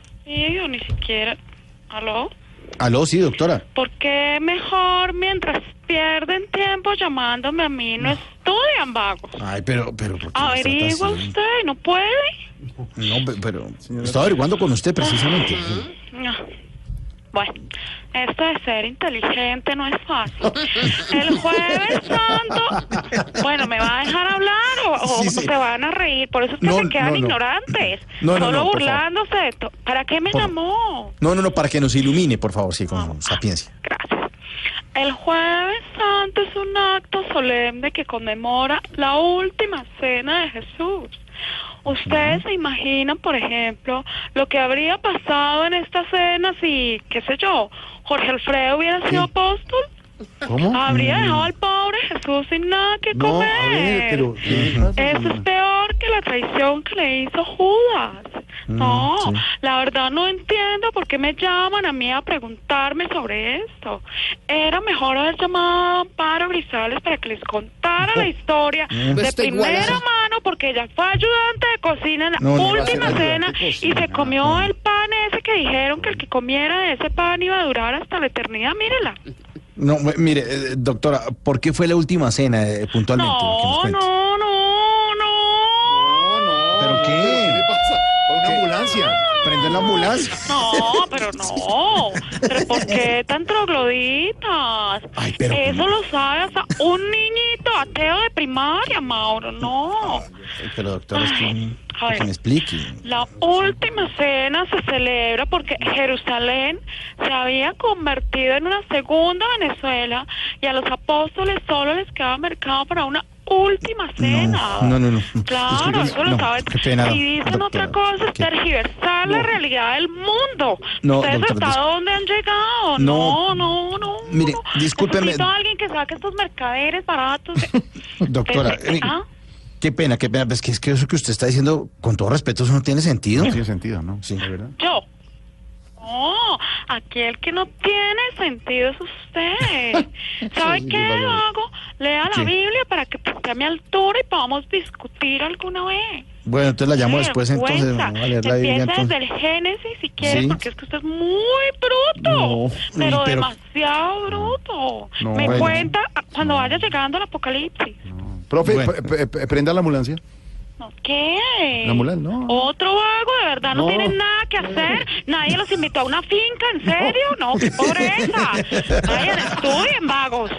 fastidio, ni siquiera. ¿Aló? Aló, sí, doctora. ¿Por qué mejor mientras pierden tiempo llamándome a mí no estudian vagos? Ay, pero, pero, ¿por qué nos trata Averigua así? usted, ¿no puede? No, pe- pero, estaba averiguando con usted precisamente. No. Bueno, esto de ser inteligente no es fácil. El jueves santo, bueno, ¿me va a dejar hablar o, o Sí, sí. se van a reír? Por eso es que No, se quedan no, no. ignorantes, No, no, no, solo por favor. burlándose de todo. ¿Para qué me Por- llamó? No, no, no, para que nos ilumine, por favor, sí, con sapiencia. Gracias. El jueves santo es un acto solemne que conmemora la última cena de Jesús. Ustedes se imaginan, por ejemplo, lo que habría pasado en esta cena si, qué sé yo, Jorge Alfredo hubiera sido apóstol. ¿Cómo? Mm. Habría dejado al pobre Jesús sin nada que No, comer. a ver, pero... ¿qué le pasa, Eso es señora? peor que la traición que le hizo Judas. No, Mm, sí. la verdad no entiendo por qué me llaman a mí a preguntarme sobre esto. Era mejor haber llamado a Amparo Grisales para que les contara la historia de Pues, te igual, primera sí. mano, porque ella fue ayudante de cocina en la No, no, última ayudante de cena y se comió el pan ese que dijeron que el que comiera de ese pan iba a durar hasta la eternidad. Mírela. No, m- mire, eh, doctora, ¿por qué fue la última cena eh, puntualmente? Que nos No, cuente. no, no, no. No, no. ¿Pero qué? ¿Qué le pasa? Fue una ¿Qué? ambulancia. ¿Prender la ambulancia? No, pero no. ¿Pero por qué tan trogloditas? Ay, pero- Eso lo sabe hasta un niñito ateo de primaria, Mauro. No. Eh, Pero, doctora, es que, Ay, a ver. que me explique. La última cena se celebra porque Jerusalén se había convertido en una segunda Venezuela y a los apóstoles solo les quedaba mercado para una última cena. no, no, no. Claro, Discúlpeme, eso lo no, saben. qué pena, y dicen doctora, otra cosa, es qué- tergiversar la realidad del mundo. No, ¿Ustedes doctora, hasta dis- dónde han llegado? No, No, no, no. mire, no. discúlpeme. Necesito a alguien que saque estos mercaderes baratos. de- de- Doctora, de- eh, ¿ah? qué pena, qué pena. Es que, es que eso que usted está diciendo, con todo respeto, eso no tiene sentido. No tiene sentido, ¿no? Sí. ¿De verdad? Yo. No, aquí el que no tiene sentido es usted. ¿Sabe Sí, sí, qué vale. hago? Lea ¿Qué? la Biblia para que esté a mi altura y podamos discutir alguna vez. Bueno, entonces la llamo Qué después, entonces. vergüenza. vamos a leer la Biblia, Empieza entonces. desde el Génesis si quieres, Sí. porque es que usted es muy bruto. No, pero, pero- demasiado bruto. No, Me bueno. cuenta ah, cuando vaya llegando el apocalipsis. Profe, Bueno. pre- pre- pre- prenda la ambulancia. No, ¿Qué? La ambulancia, no. Otro vago, de verdad, no, No. tienen nada que hacer. Nadie los invitó a una finca, ¿en serio? No, qué pobreza. Vayan, estudien, vagos.